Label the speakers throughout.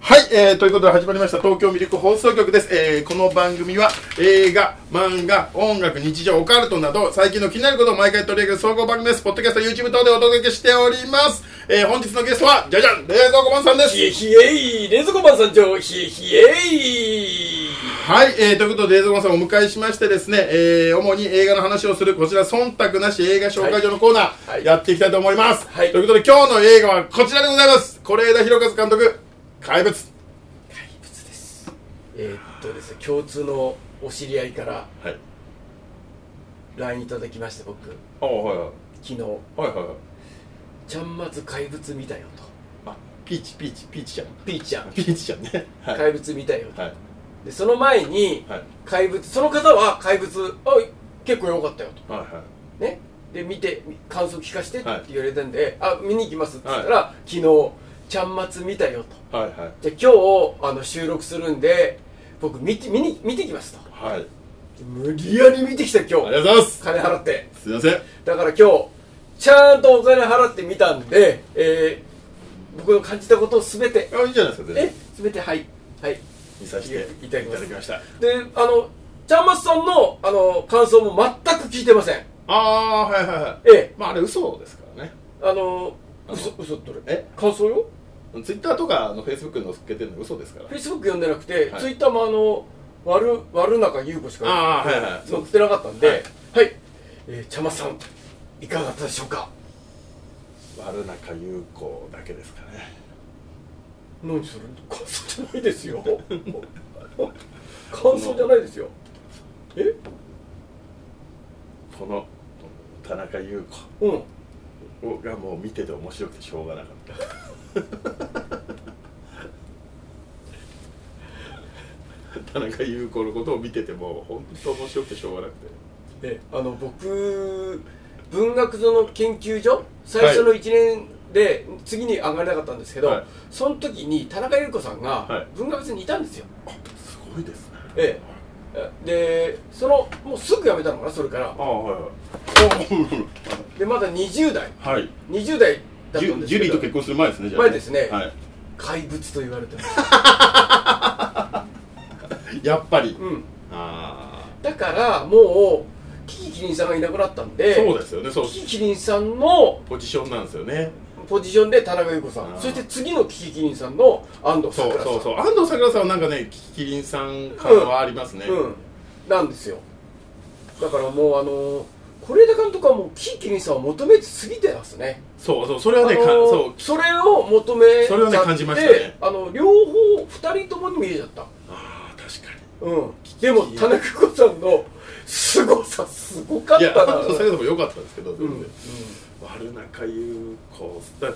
Speaker 1: はい、えーということで始まりました東京ミルク放送局です、えーこの番組は映画漫画音楽日常オカルトなど最近の気になることを毎回取り上げる総合番組ですポッドキャスト YouTube 等でお届けしております、えー本日のゲストはじゃじゃん冷蔵庫マンさんです
Speaker 2: ひえひえい冷蔵庫マンさん上ひえひえい
Speaker 1: はい、えー、ということで、冷蔵庫さんをお迎えしましてですね、えー、主に映画の話をする、こちら、忖度なし映画紹介所のコーナー、
Speaker 2: はい
Speaker 1: やっていきたいと思います。
Speaker 2: はい
Speaker 1: ということで、今日の映画はこちらでございます。是枝裕和監督、怪物。
Speaker 2: えーっとですね共通のお知り合いから
Speaker 1: はい。
Speaker 2: LINE いただきまして僕昨
Speaker 1: あはいはい。
Speaker 2: 日
Speaker 1: はいはいはい。
Speaker 2: 「ちゃんまず怪物見たよ」と
Speaker 1: あ、ピーチ、ピーチ、ピーチちゃん。
Speaker 2: 「ピーちゃん
Speaker 1: ピーチちゃんね。はい。
Speaker 2: 怪物見たよ」と、
Speaker 1: はい。
Speaker 2: でその前に
Speaker 1: はい。
Speaker 2: 怪物その方は怪物あ結構良かったよと
Speaker 1: は
Speaker 2: ねで見て感想聞かせてって
Speaker 1: はい
Speaker 2: 言われたんで「あ見に行きます」って言ったら、昨日「ちゃんまつ見たよ」と
Speaker 1: いはい。はいはい。
Speaker 2: 「じゃあ今日あの収録するんで僕見て見に見てきます」と。
Speaker 1: はい。あり
Speaker 2: 無理やり見てきた
Speaker 1: が
Speaker 2: 今
Speaker 1: と
Speaker 2: 日
Speaker 1: うございます。
Speaker 2: 金払って
Speaker 1: すいません。
Speaker 2: だから今日ちゃんとお金払って見たんで、えー僕の感じたことを全て
Speaker 1: あ、いいじゃないですか、全
Speaker 2: え
Speaker 1: 然。
Speaker 2: 全てはいはい
Speaker 1: 見させて
Speaker 2: いただき
Speaker 1: い
Speaker 2: ま
Speaker 1: た
Speaker 2: す
Speaker 1: だきました。
Speaker 2: であのちゃんまつさんのあの感想も全く聞いてません
Speaker 1: あー、はいはいはい。
Speaker 2: ええ
Speaker 1: まあ、あれ、嘘ですからね。
Speaker 2: あの嘘
Speaker 1: あ
Speaker 2: 嘘ってどれ
Speaker 1: え
Speaker 2: 感想よ
Speaker 1: ツイッターとかのフェイスブックに載っけてるの嘘ですから
Speaker 2: フェイスブック読んでなくて、
Speaker 1: はい
Speaker 2: ツイッターもあの悪悪中優子しか
Speaker 1: ああはいはい
Speaker 2: 載ってなかったんで
Speaker 1: は
Speaker 2: はいい、えーちゃんまつさんいかがだったでしょうか
Speaker 1: 悪中優子だけですかね
Speaker 2: 何それ感想じゃないですよ 感想じゃないですよえ
Speaker 1: この田中優
Speaker 2: うん
Speaker 1: 子がもう見てて面白くてしょうがなかった 田中優子のことを見てても本当面白くてしょうがなくて
Speaker 2: えあの僕文学座の研究所最初の1年で次に上がれなかったんですけど、
Speaker 1: はい
Speaker 2: その時に田中優子さん
Speaker 1: はい
Speaker 2: が文学座にいたんですよ、
Speaker 1: すごいですね
Speaker 2: ええでそのもうすぐ辞めたのかなそれから
Speaker 1: ああはいはい
Speaker 2: でまだ20代
Speaker 1: はい
Speaker 2: 20代だっ
Speaker 1: ジ
Speaker 2: たんで
Speaker 1: ュ
Speaker 2: す
Speaker 1: ジュリー
Speaker 2: けど
Speaker 1: と結婚する前ですねじゃあ
Speaker 2: 前ですね
Speaker 1: はい、
Speaker 2: 怪物と言われてます
Speaker 1: やっぱり、
Speaker 2: うん
Speaker 1: ああ
Speaker 2: だからもうキキキリンさんがいなくなったんで
Speaker 1: そうですよねそう
Speaker 2: キキキリンさんの
Speaker 1: ポジションなんですよね
Speaker 2: ポジションで田中優子さ
Speaker 1: あー
Speaker 2: んそして次のキキキリンさんの安藤
Speaker 1: そ
Speaker 2: サ
Speaker 1: う
Speaker 2: クラさん
Speaker 1: そうそう安藤サクラさんはなんかねキキキリンさん感はありますね、
Speaker 2: うん、なんですよだからもうあの是枝監督はもうキキキリンさんを求めすぎてますね
Speaker 1: そうそうそれはね、
Speaker 2: あの
Speaker 1: か
Speaker 2: ー
Speaker 1: そう
Speaker 2: それを求め
Speaker 1: それをね
Speaker 2: ちゃって
Speaker 1: 感じましたね
Speaker 2: あの両方二人ともに見えちゃった
Speaker 1: ああ確か
Speaker 2: うんでも田中優子さんのすごさすごかっ
Speaker 1: にいや
Speaker 2: たな
Speaker 1: 安藤サクラさんも良かったんですけど、
Speaker 2: う
Speaker 1: 全
Speaker 2: ん、うん
Speaker 1: 然悪中優子だ田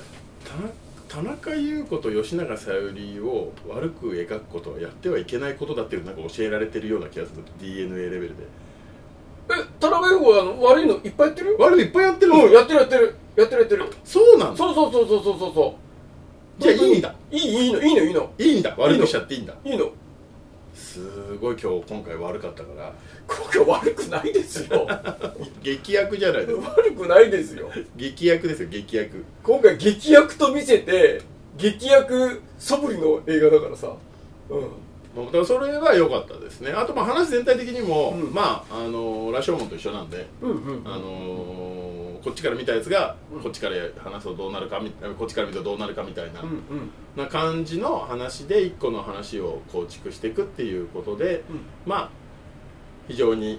Speaker 1: 田中優子と吉永小百合を悪く描くことはやってはいけないことだっていうなんか教えられてるような気がする DNA レベルで
Speaker 2: え田中優子はあの悪いのいっぱいやってるよ
Speaker 1: 悪いのいっぱいやってるの、
Speaker 2: うんやってるやってるやってるやってる
Speaker 1: そうなんだ
Speaker 2: そうそうそうそうそうそうそう
Speaker 1: じゃあいいんだ
Speaker 2: いいいいのいいのいいの
Speaker 1: いいんだ悪くしちゃっていいんだ
Speaker 2: いいの
Speaker 1: すごい今日今回悪かったから
Speaker 2: 今回悪くないで すよ
Speaker 1: 劇薬じゃないですか
Speaker 2: 悪くないですよ
Speaker 1: 劇薬ですよ劇薬
Speaker 2: 今回劇薬と見せて劇薬そぶりの映画だからさう
Speaker 1: まあだからそれは良かったですねあとまあ話全体的にも、
Speaker 2: うん
Speaker 1: まああのー羅生門と一緒なんで、
Speaker 2: んうんうん
Speaker 1: あのーこっちから見たやつが、
Speaker 2: うん
Speaker 1: こっちから話すとどうなるかみこっちから見るとどうなるかみたいな,、
Speaker 2: うんうん
Speaker 1: な感じの話で一個の話を構築していくっていうことで、
Speaker 2: うん
Speaker 1: まあ非常に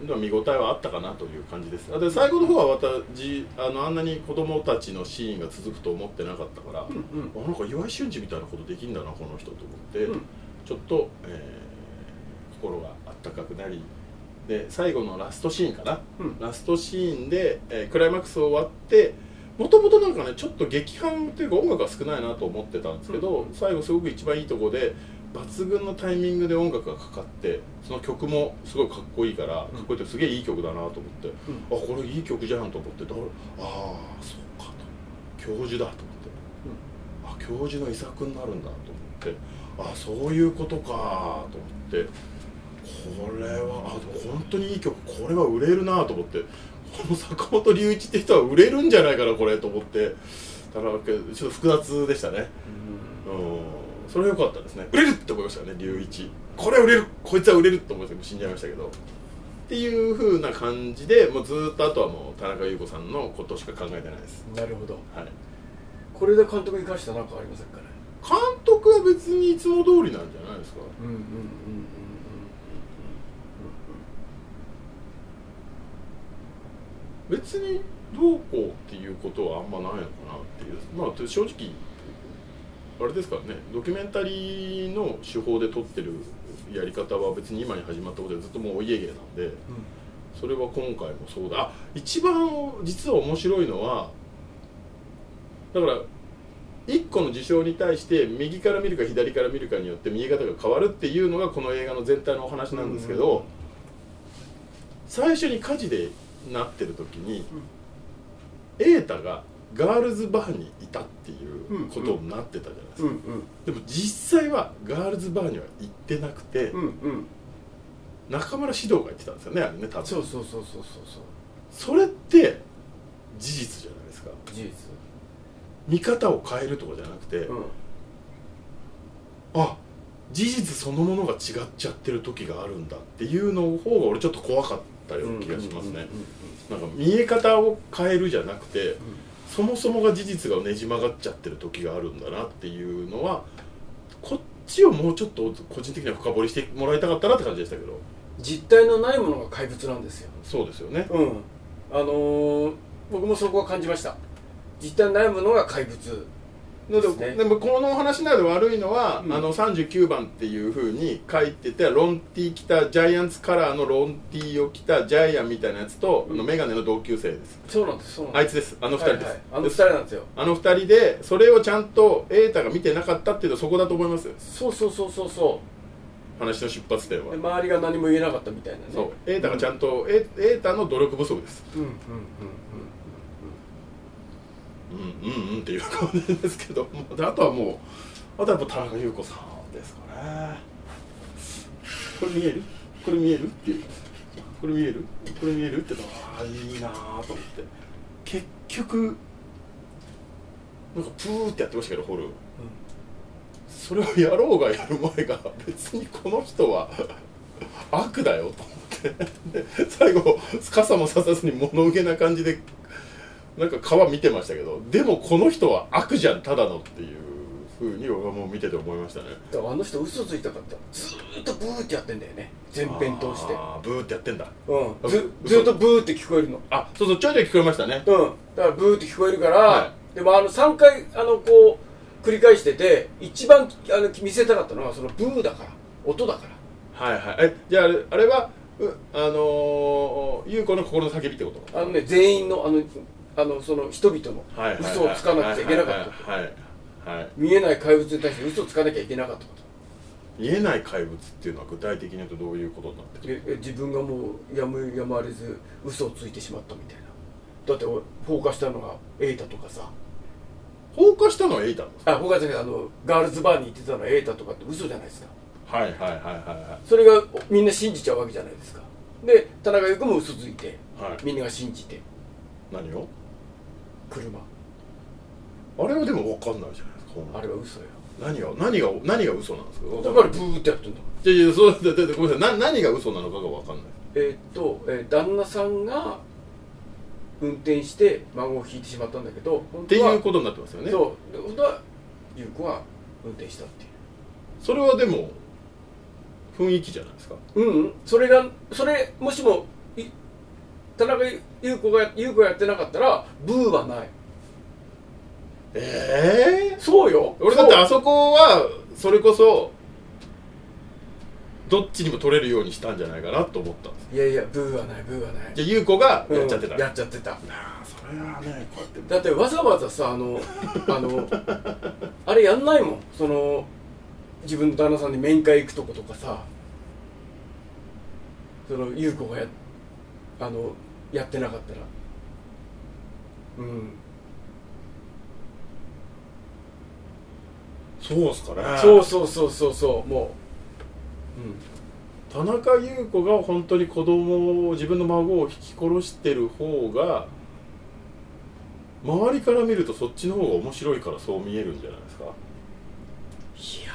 Speaker 1: 見応えはあったかなという感じですあで最後の方は私あのあんなに子供たちのシーンが続くと思ってなかったから、
Speaker 2: うんうん
Speaker 1: あなんか岩井俊二みたいなことできんだなこの人と思って、
Speaker 2: うん
Speaker 1: ちょっと、えー心があったかくなりで最後のラストシーンかな、
Speaker 2: うん
Speaker 1: ラストシーンで、えークライマックス終わってもともとなんかねちょっと劇伴っていうか音楽が少ないなと思ってたんですけど、最後すごく一番いいとこで抜群のタイミングで音楽がかかってその曲もすごいかっこいいからかっこいいってすげえいい曲だなと思って、あこれいい曲じゃんと思ってだからああそうかと教授だと思って。あ教授の遺作になるんだと思ってあそういうことかと思ってこれはあ本当にいい曲これは売れるなと思ってこの坂本龍一って人は売れるんじゃないかなこれと思ってだからちょっと複雑でしたねうんそれは良かったですね売れるって思いましたよね龍一これは売れるこいつは売れるって思いましたけど死んじゃいましたけどっていう風な感じでもうずーっとあとはもう田中優子さんのことしか考えてないです、
Speaker 2: なるほど
Speaker 1: はい、
Speaker 2: これで監督に関しては何かありませんかね
Speaker 1: 監督は別にいつも通りなんじゃないですか
Speaker 2: うんうんうんうんうんうん
Speaker 1: 別にどうこうっていうことはあんまないのかなっていうまあ正直あれですからねドキュメンタリーの手法で撮ってるやり方は別に今に始まったことでずっともうお家芸なんでそれは今回もそうだあ一番実は面白いのはだから1個の事象に対して右から見るか左から見るかによって見え方が変わるっていうのがこの映画の全体のお話なんですけど、
Speaker 2: うん
Speaker 1: 最初に火事でなってる時に、瑛太がガールズバーにいたっていうことになってたじゃないですか、
Speaker 2: うんうん
Speaker 1: でも実際はガールズバーには行ってなくて、
Speaker 2: うんうん
Speaker 1: 中村獅童が行ってたんですよねあれね多分
Speaker 2: そうそうそうそうそうそう
Speaker 1: それって事実じゃないですか
Speaker 2: 事実
Speaker 1: 見方を変えるとかじゃなくて、
Speaker 2: うん
Speaker 1: あ事実そのものが違っちゃってる時があるんだっていうの方が俺ちょっと怖かったような気がしますねなんか見え方を変えるじゃなくてそもそもが事実がねじ曲がっちゃってる時があるんだなっていうのはこっちをもうちょっと個人的には深掘りしてもらいたかったなって感じでしたけど
Speaker 2: 実体のないものが怪物なんですよ
Speaker 1: そうですよね
Speaker 2: うんあのー、僕もそこは感じました実体のないものが怪物
Speaker 1: で
Speaker 2: で
Speaker 1: も
Speaker 2: すね
Speaker 1: でもこのお話なら悪いのは、
Speaker 2: うん
Speaker 1: あの39番っていうふうに書いててロンティー着たジャイアンツカラーのロンティーを着たジャイアンみたいなやつと、
Speaker 2: うん
Speaker 1: あのメガネの同級生です
Speaker 2: そうなんですそうなんです
Speaker 1: あいつですあの二人です、
Speaker 2: はいはいあの二
Speaker 1: で
Speaker 2: 人なんですよ
Speaker 1: あの二人でそれをちゃんと瑛太が見てなかったっていうとそこだと思いますよ
Speaker 2: そうそうそうそうそ
Speaker 1: 話の出発点
Speaker 2: う
Speaker 1: は
Speaker 2: で周りが何も言えなかったみたいなね
Speaker 1: そう瑛太がちゃんと瑛瑛太の努力不足です
Speaker 2: うんうんうん
Speaker 1: うんうんうんっていう感じですけどもであとはもうあとはやっぱ田中優子さんですかねこれ見えるこれ見えるっていうこれ見えるこれ見えるってのはああいいなあと思って結局なんかプーってやってましたけどホルンそれをやろうがやる前が別にこの人は 悪だよと思って で最後傘もささずに物憂げな感じでなんか川見てましたけどでもこの人は悪じゃんただのっていうふうに俺はもう見てて思いましたね
Speaker 2: だからあの人嘘ついたかったずーっとブーってやってんだよね全編通して
Speaker 1: あーブーってやってんだ
Speaker 2: うんず
Speaker 1: 嘘
Speaker 2: ずーっとブーって聞こえるの
Speaker 1: あそうそうちょいちょい聞こえましたね
Speaker 2: うんだからブーって聞こえるから、
Speaker 1: は
Speaker 2: でもあの3回あのこう繰り返してて一番あの見せたかったのはそのブーだから音だから
Speaker 1: はいはいえじゃああれあれはうあのー優子の心の叫びってこと
Speaker 2: あのね全員のあのあのその人々の
Speaker 1: はいはいはい
Speaker 2: 嘘をつかなくちゃいけなかったこと
Speaker 1: はいはい、はい
Speaker 2: 見えない怪物に対して嘘をつかなきゃいけなかったこと
Speaker 1: 見えない怪物っていうのは具体的に言うとどういうことになってる
Speaker 2: ええ自分がもうやむやまわれず嘘をついてしまったみたいなだって俺放火したのが瑛太とかさ
Speaker 1: 放火したのはエイタなんです
Speaker 2: あ放火じゃないあのガールズバーに行ってたのは瑛太とかって嘘じゃないですか
Speaker 1: はいはいはいは
Speaker 2: それがおみんな信じちゃうわけじゃないですかで田中優子も嘘ついて
Speaker 1: いはい、はい、
Speaker 2: みんなが信じて
Speaker 1: 何を
Speaker 2: 車
Speaker 1: あれはでも分かんないじゃないですか
Speaker 2: あれは嘘よ
Speaker 1: 何が何が何が嘘なんですか
Speaker 2: だからブーってやってんだもん
Speaker 1: いやいやそうだだだごめんなさいな何が嘘なのかが分かんない
Speaker 2: えーっと、えー旦那さんが運転して孫を引いてしまったんだけど本
Speaker 1: って
Speaker 2: 当は
Speaker 1: いうことになってますよね
Speaker 2: そうで本当は優子は運転したっていう
Speaker 1: それはでも雰囲気じゃないですか
Speaker 2: うんうんそれがそれもしもい田中優子が優子がやってなかったらブーはない
Speaker 1: ええ
Speaker 2: そうよ
Speaker 1: 俺だって
Speaker 2: そう
Speaker 1: あそこはそれこそどっちにも取れるようにしたんじゃないかなと思ったんです
Speaker 2: いやいやブーはないブーはない
Speaker 1: じゃあ優子がやっちゃってた、
Speaker 2: うんやっちゃってた
Speaker 1: ああそれはねこうやって
Speaker 2: だってわざわざさあの あのあれやんないもんその自分の旦那さんに面会行くとことかさその優子がやあのやってなかったらうん
Speaker 1: そうっすかね
Speaker 2: そうそうそうそうそうもううん
Speaker 1: 田中優子が本当に子供を自分の孫を引き殺してる方が周りから見るとそっちの方が面白いからそう見えるんじゃないですか
Speaker 2: いや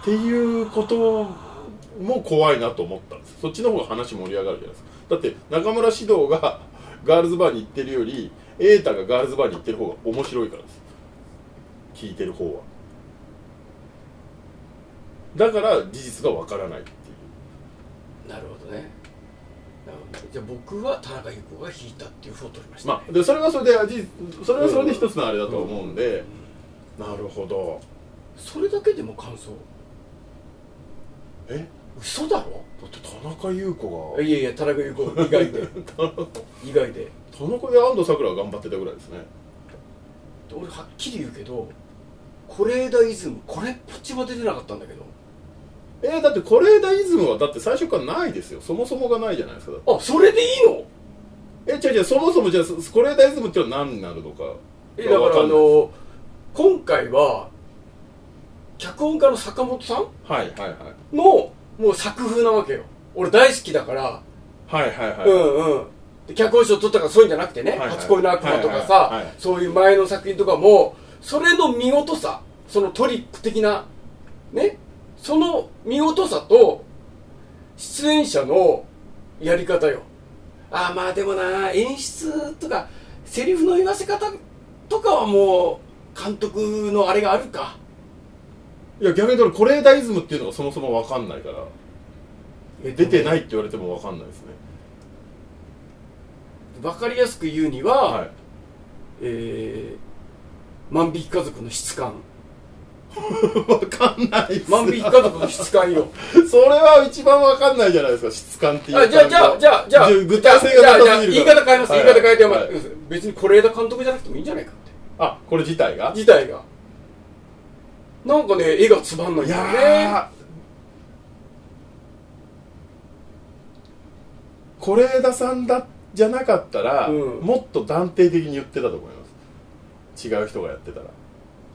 Speaker 1: っていうことも怖いなと思ったんですそっちの方が話盛り上がるじゃないですかだって中村獅童が ガールズバーに行ってるより瑛太がガールズバーに行ってる方が面白いからです聞いてる方はだから事実がわからないっていう
Speaker 2: なるほどねなるほどじゃあ僕は田中裕子が引いたっていう方を取りました、ね
Speaker 1: まあでそれはそれで事実それはそれで一つのあれだと思うんで、なるほど
Speaker 2: それだけでも感想
Speaker 1: え
Speaker 2: 嘘だろ
Speaker 1: だって田中優子が
Speaker 2: いやいや田中裕子意外 で意外で
Speaker 1: 田中で安藤サクラが頑張ってたぐらいですね
Speaker 2: 俺はっきり言うけど是枝イズムこれっぽっちも出てなかったんだけど
Speaker 1: えー、だって是枝イズムはだって最初からないですよそもそもがないじゃないですか
Speaker 2: あそれでいいの
Speaker 1: え違う違うそもそもじゃあそ是枝イズムってのは何になるのか
Speaker 2: えだか
Speaker 1: わ
Speaker 2: らあ
Speaker 1: んない
Speaker 2: の今回は脚本家の坂本さん
Speaker 1: はいはいはい
Speaker 2: のもう作風なわけよ俺大好きだから、
Speaker 1: はいはいはい、
Speaker 2: うんうんで脚本賞取ったからそういうんじゃなくてね
Speaker 1: は
Speaker 2: 「
Speaker 1: いはい
Speaker 2: 初恋の悪魔」とかさ、
Speaker 1: はいはいはい
Speaker 2: そういう前の作品とかもそれの見事さそのトリック的なねその見事さと出演者のやり方よああまあでもな演出とかセリフの言わせ方とかはもう監督のあれがあるか
Speaker 1: いや逆に言うと是枝イズムっていうのがそもそもわかんないから
Speaker 2: 出
Speaker 1: 出て
Speaker 2: い
Speaker 1: ないって言われてもわかんないですね
Speaker 2: 分かりやすく言うには、
Speaker 1: はい
Speaker 2: えー万引き家族の質感
Speaker 1: わかんないっす
Speaker 2: 万引き家族の質感よ
Speaker 1: それは一番わかんないじゃないですか質感っていう
Speaker 2: あじゃあじゃあじゃあじゃあ
Speaker 1: 具体性が
Speaker 2: じゃ
Speaker 1: 高
Speaker 2: あ
Speaker 1: す
Speaker 2: じ
Speaker 1: ぎ
Speaker 2: ゃあ言
Speaker 1: る
Speaker 2: い方変えます、
Speaker 1: はい
Speaker 2: 言い方変えて、まあ
Speaker 1: はい
Speaker 2: 別に是枝監督じゃなくてもいいんじゃないかって
Speaker 1: あこれ自体が
Speaker 2: 自体がなんかね絵がつまんないん
Speaker 1: い
Speaker 2: だよね
Speaker 1: やー是枝さんだじゃなかったら、
Speaker 2: うん
Speaker 1: もっと断定的に言ってたと思います違う人がやってたら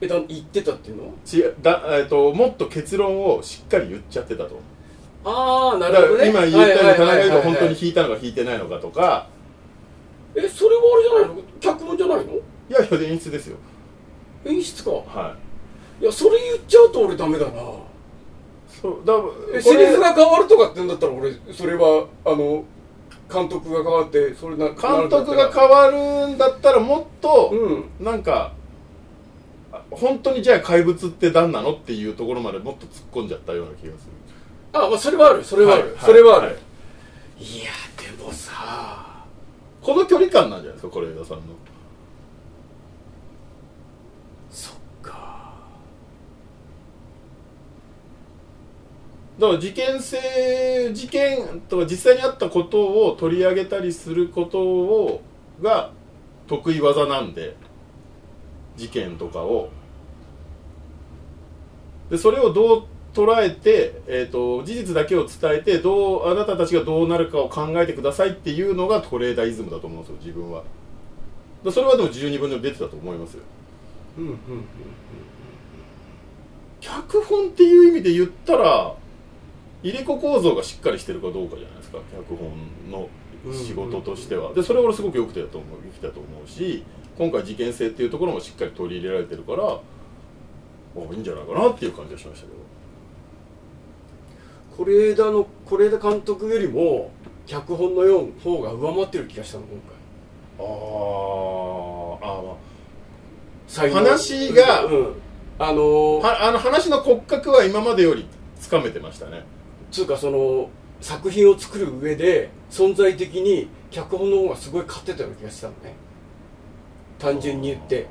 Speaker 2: えだ言ってたっていうの
Speaker 1: ちだ、えっともっと結論をしっかり言っちゃってたと
Speaker 2: ああな
Speaker 1: だか
Speaker 2: るほど
Speaker 1: ら
Speaker 2: ね
Speaker 1: 今言ったように田中優子
Speaker 2: は
Speaker 1: 本当に
Speaker 2: い
Speaker 1: 引いたのか引いてないのかとか
Speaker 2: えそれはあれじゃないの脚本じゃないの
Speaker 1: いやいや演出ですよ
Speaker 2: 演出か
Speaker 1: はい
Speaker 2: いやそれ言っちゃうと俺ダメだな
Speaker 1: そうだ
Speaker 2: え
Speaker 1: こ
Speaker 2: セ
Speaker 1: れ
Speaker 2: リフが変わるとかって言うんだったら俺それはあの監督が変わってそれな
Speaker 1: 監督が
Speaker 2: わ
Speaker 1: 変わるんだったらもっと、
Speaker 2: うん
Speaker 1: なんかあ本当にじゃあ怪物って何なのっていうところまでもっと突っ込んじゃったような気がする
Speaker 2: あ、まあ、それはあるそれはある、
Speaker 1: いい
Speaker 2: それはある、
Speaker 1: い
Speaker 2: い、やでもさ
Speaker 1: この距離感なんじゃないですか是枝さんの
Speaker 2: そっか
Speaker 1: だから事件性事件とか実際にあったことを取り上げたりすることをが得意技なんで事件とかをでそれをどう捉えて、えー、と事実だけを伝えてどうあなたたちがどうなるかを考えてくださいっていうのがトレーダイズムだと思うんですよ自分はでそれはでも12分でも出てたと思いますよ
Speaker 2: うんうんうん
Speaker 1: 脚本っていう意味で言ったら入れ子構造がしっかりしてるかどうかじゃないですか脚本の仕事としては、でそれ俺すごくよくてたと思う生きたと思うし今回事件性っていうところもしっかり取り入れられてるからあいいんじゃないかなっていう感じがしましたけど
Speaker 2: 是枝の是枝監督よりも脚本のよう方が上回ってる気がしたの今回
Speaker 1: あーあーまあ
Speaker 2: 才能
Speaker 1: 話が
Speaker 2: うん、あのー
Speaker 1: はあの話の骨格は今までよりつかめてましたね
Speaker 2: つうかその作品を作る上で存在的に脚本の方がすごい勝ってたような気がしたのね単純に言って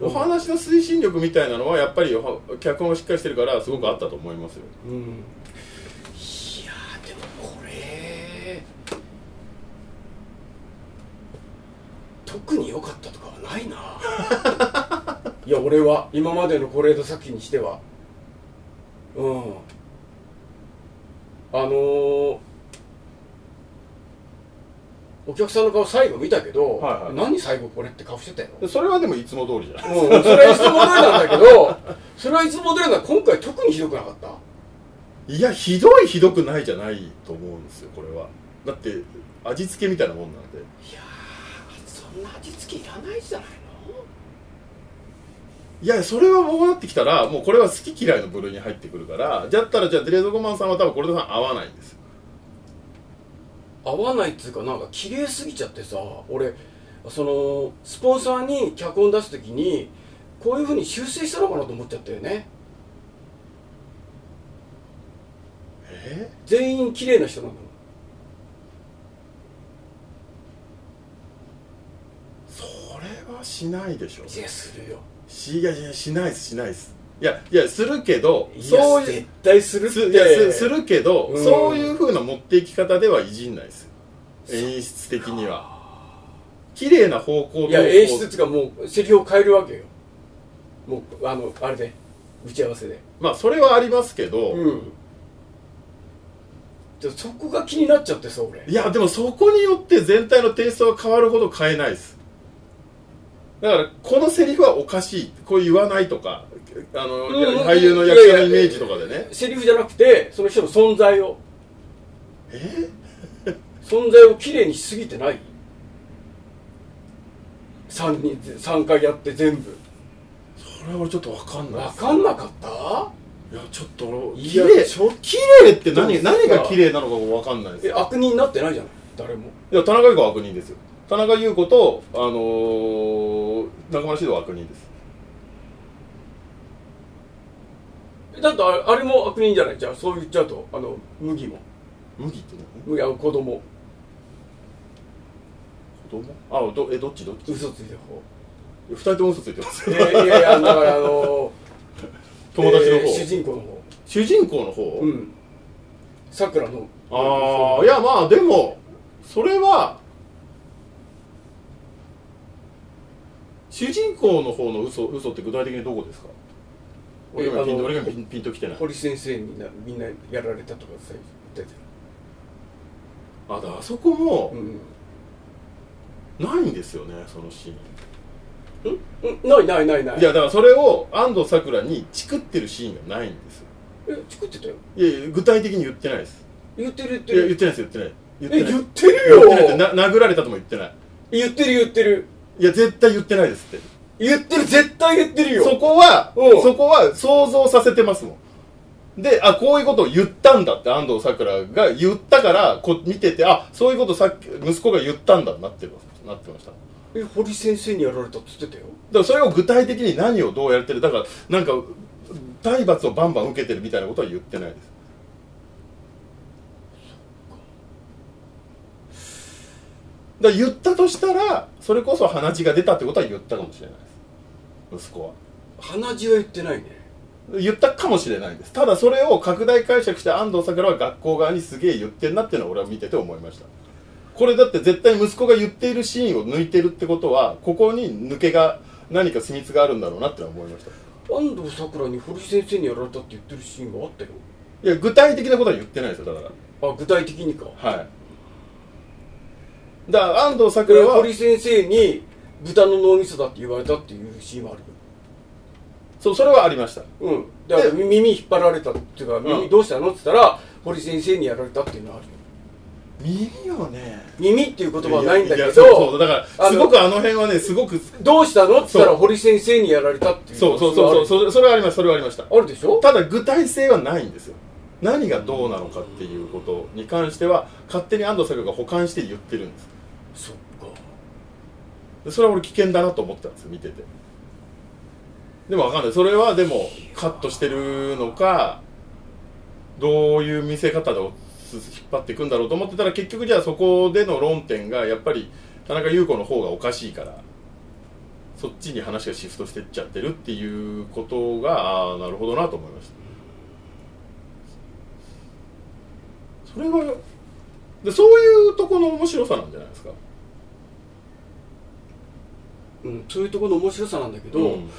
Speaker 1: お話の推進力みたいなのはやっぱりおは脚本がしっかりしてるからすごくあったと思いますよ
Speaker 2: うんいやーでもこれ特に良かったとかはないないや俺は今までの是枝作品にしてはうんあのーお客さんの顔最後見たけど、
Speaker 1: はいはい
Speaker 2: 何最後これって顔してたよ
Speaker 1: でそれはでもいつも通りじゃない
Speaker 2: うん、それはいつも通りなんだけどそれはいつも通りなんだ今回特にひどくなかった
Speaker 1: いやひどいひどくないじゃないと思うんですよこれはだって味付けみたいなもんなんで
Speaker 2: いやーそんな味付けいらないじゃないの
Speaker 1: いやそれは僕なってきたらもうこれは好き嫌いの部類に入ってくるからじゃったらじゃあデレーゾコマンさんは多分これとさん合わないんですよ
Speaker 2: 合わないっつうかなんか綺麗すぎちゃってさ俺そのスポンサーに脚本出す時にこういうふうに修正したのかなと思っちゃったよね
Speaker 1: え
Speaker 2: 全員綺麗な人なんだもん
Speaker 1: それはしないでしょ
Speaker 2: いやするよ
Speaker 1: しいやいやしないですしないですいやいやするけど
Speaker 2: そ
Speaker 1: そうういう
Speaker 2: 絶対するっ
Speaker 1: す
Speaker 2: て
Speaker 1: いやすするけど、
Speaker 2: うん
Speaker 1: そういう風な持っていき方ではいじんないですよ演出的には綺麗な方向と
Speaker 2: いや演出っつうかもうセリフを変えるわけよもうあのあれで打ち合わせで
Speaker 1: まあそれはありますけど、
Speaker 2: うんでそこが気になっちゃってさ俺
Speaker 1: いやでもそこによって全体のテイストが変わるほど変えないですだからこのセリフはおかしいこう言わないとかあの、
Speaker 2: うんうん
Speaker 1: 俳優の役者のイメージとかでね
Speaker 2: セリフじゃなくてその人の存在を
Speaker 1: え
Speaker 2: 存在をきれいにしすぎてない3人3回やって全部
Speaker 1: それは俺ちょっとわかんない
Speaker 2: 分
Speaker 1: です
Speaker 2: かんなかった
Speaker 1: いやちょっと俺
Speaker 2: い
Speaker 1: 綺
Speaker 2: や
Speaker 1: 麗
Speaker 2: ちょっと
Speaker 1: 綺麗って何何が綺麗なのかもわかんないです
Speaker 2: え悪人になってないじゃない誰も
Speaker 1: いや田中優子は悪人ですよ田中優子とあのー、中村獅童は悪人です
Speaker 2: えだってあれあれも悪人じゃないじゃあそう言っちゃうとあの麦も
Speaker 1: 麦って
Speaker 2: 麦あの子供
Speaker 1: 何子供あどえどっちどっち
Speaker 2: 嘘ついた方
Speaker 1: 二人とも嘘ついてます
Speaker 2: いやいやいやだから あの
Speaker 1: 友達の方、
Speaker 2: えー主人公の方
Speaker 1: 主人公の方、
Speaker 2: うんさくらの
Speaker 1: ああいやまあでもそれは主人公の方の嘘嘘って具体的にどこですか俺
Speaker 2: え
Speaker 1: が
Speaker 2: あ
Speaker 1: ピン
Speaker 2: の
Speaker 1: と俺がピンピンときてない
Speaker 2: 堀先生になみんなやられたとかさ言って
Speaker 1: あだからあそこも
Speaker 2: たうん
Speaker 1: ないんですよねそのシーン
Speaker 2: うんないないないない
Speaker 1: いやだからそれを安藤サクラにチクってるシーンがないんですよ
Speaker 2: え作ってたよ
Speaker 1: いやいや具体的に言ってないです
Speaker 2: 言ってる言っ
Speaker 1: い
Speaker 2: て
Speaker 1: や言
Speaker 2: る
Speaker 1: ってないです言ってない言って
Speaker 2: え
Speaker 1: ない
Speaker 2: 言ってる
Speaker 1: 言
Speaker 2: よ
Speaker 1: ってないってな殴られたとも言ってない
Speaker 2: 言ってる言ってる
Speaker 1: いや絶対言ってないですって
Speaker 2: 言ってる絶対言ってるよ
Speaker 1: そこは
Speaker 2: うん
Speaker 1: そこは想像させてますもんであこういうことを言ったんだって安藤サクラが言ったからこ見ててあそういうことさっき息子が言ったんだなってますなってましただか
Speaker 2: え堀先生にやられたっつってたよ
Speaker 1: らそれを具体的に何をどうやってるだからなんか体罰をバンバン受けてるみたいなことは言ってないですだから言ったとしたらそれこそ鼻血が出たってことは言ったかもしれないです息子は
Speaker 2: 鼻血は言ってないね
Speaker 1: 言ったかもしれないですただそれを拡大解釈して安藤サクラは学校側にすげえ言ってんなっていうのは俺は見てて思いましたこれだって絶対息子が言っているシーンを抜いてるってことはここに抜けが何か秘密があるんだろうなってのは思いました
Speaker 2: 安藤サクラに堀先生にやられたって言ってるシーンがあったよ
Speaker 1: いや具体的なことは言ってないですよだか
Speaker 2: あ具体的にから
Speaker 1: はいだから安藤サ
Speaker 2: こ
Speaker 1: ク
Speaker 2: れ
Speaker 1: ラ
Speaker 2: は
Speaker 1: は
Speaker 2: 堀先生に豚の脳みそだって言われたっていうシーンもあるよ
Speaker 1: そうそれはありました
Speaker 2: うん、だから耳耳引っ張られたっていうか
Speaker 1: う
Speaker 2: 耳
Speaker 1: ん
Speaker 2: どうしたのって言ったら堀先生にやられたっていうのはあるよ
Speaker 1: 耳をね
Speaker 2: 耳っていう言葉はないんだけ
Speaker 1: い
Speaker 2: ど
Speaker 1: やそうそうだから
Speaker 2: あの
Speaker 1: すごくあの辺はねすごく
Speaker 2: どうしたのって言った
Speaker 1: そ
Speaker 2: ら
Speaker 1: う
Speaker 2: 堀先生にやられたっていう
Speaker 1: そうそうそう
Speaker 2: う
Speaker 1: そうそれはありましたそれはありました
Speaker 2: あるでしょ
Speaker 1: ただ具体性はないんですよ何がどうなのかっていうことに関しては勝手に安藤サクラが補完して言ってるんです
Speaker 2: そっか
Speaker 1: でそれは俺危険だなと思ってたんですよ見ててでも分かんないそれはでもカットしてるのかどういう見せ方でお引っ張っていくんだろうと思ってたら結局じゃあそこでの論点がやっぱり田中優子の方がおかしいからそっちに話がシフトしてっちゃってるっていうことがああなるほどなと思いましたそれはでそういうとこの面白さなんじゃないですか
Speaker 2: うん、そういうところの面白さなんだけど、
Speaker 1: ん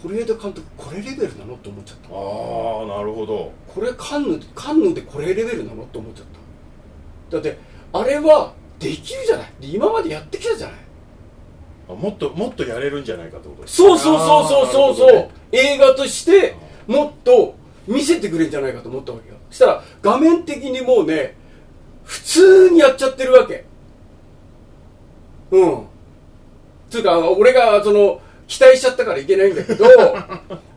Speaker 2: 是枝監督これレベルなのって思っちゃった
Speaker 1: ああなるほど
Speaker 2: これカンヌカンヌでこれレベルなのって思っちゃっただってあれはできるじゃないで今までやってきたじゃない
Speaker 1: あもっともっとやれるんじゃないかってことですね
Speaker 2: そうそうそうそうそうそう、
Speaker 1: あーなるほどね
Speaker 2: 映画としてもっと見せてくれんじゃないかと思ったわけよそしたら画面的にもうね普通にやっちゃってるわけうんつうか俺がその期待しちゃったからいけないんだ けど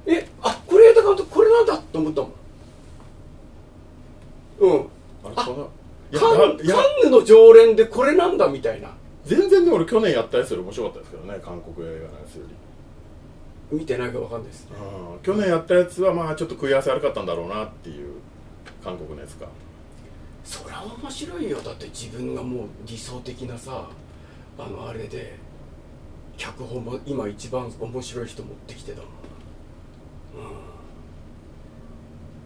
Speaker 2: えあこれ枝監督これなんだと思ったもんうん
Speaker 1: あれ
Speaker 2: あ
Speaker 1: かないや
Speaker 2: カン
Speaker 1: だいや
Speaker 2: カンヌの常連でこれなんだみたいな
Speaker 1: 全然ね俺去年やったやつより面白かったですけどね韓国映画のやつより
Speaker 2: 見てないかわかんないです
Speaker 1: うん去年やったやつはまあちょっと食い合わせ悪かったんだろうなっていう韓国のやつか
Speaker 2: そりゃ面白いよだって自分がもう理想的なさあのあれで脚本も今一番面白い人持ってきてたもん、う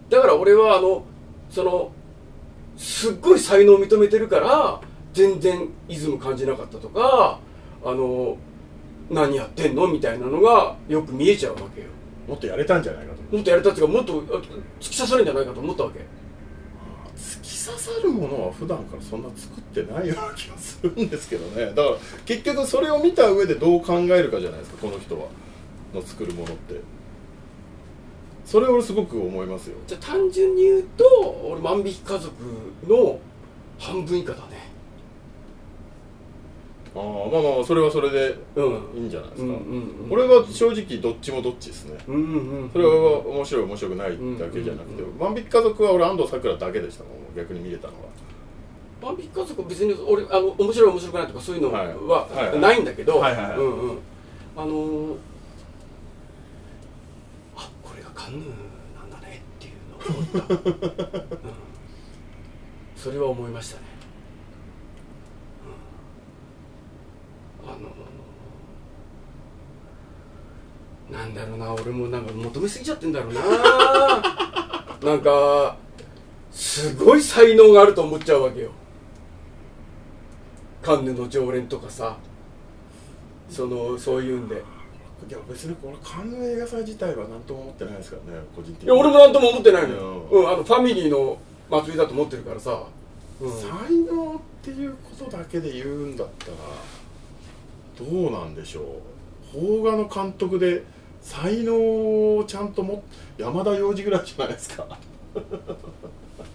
Speaker 2: ん、だから俺はあのそのすっごい才能を認めてるから全然イズム感じなかったとかあの何やってんのみたいなのがよく見えちゃうわけよ
Speaker 1: もっとやれたんじゃないかと
Speaker 2: もっとやれたっていうかもっとあ突き刺さるんじゃないかと思ったわけ
Speaker 1: 突き刺さるものは普段からそんな作ってないような気がするんですけどねだから結局それを見た上でどう考えるかじゃないですかこの人はの作るものってそれ俺すごく思いますよ
Speaker 2: じゃあ単純に言うと俺万引き家族の半分以下だね
Speaker 1: ああまあまあまあそれはそれで
Speaker 2: うん
Speaker 1: いいんじゃないです
Speaker 2: うん
Speaker 1: か、
Speaker 2: うんうん
Speaker 1: 俺は正直どっちもどっちですね
Speaker 2: うんうんうん
Speaker 1: それは面白い面白くないだけじゃなくて、
Speaker 2: うんうん
Speaker 1: 万引き家族は俺安藤サクラだけでしたもん逆に見れたのは
Speaker 2: 万引き家族は別に俺あの面白い面白くないとかそういうの
Speaker 1: はいはい
Speaker 2: は
Speaker 1: はい
Speaker 2: ないんだけど
Speaker 1: はいはいはい
Speaker 2: うんうんあのーあこれがカンヌなんだねっていうのを思った、うん、 それは思いましたね、うん、あのーなんだろうな俺もなんか求めすぎちゃってんだろ うななんかすごい才能があると思っちゃうわけよカンヌの常連とかさそのそういうんで
Speaker 1: いや別に俺関連映画祭自体は何とも思ってないですからね個人的
Speaker 2: い
Speaker 1: に
Speaker 2: や俺も何とも思ってないのよ、
Speaker 1: う
Speaker 2: うんんあのファミリーの祭りだと思ってるからさ、うん、
Speaker 1: 才能っていうことだけで言うんだったらどうなんでしょう邦画の監督で才能をちゃんと持っ山田洋次ぐらいじゃないですか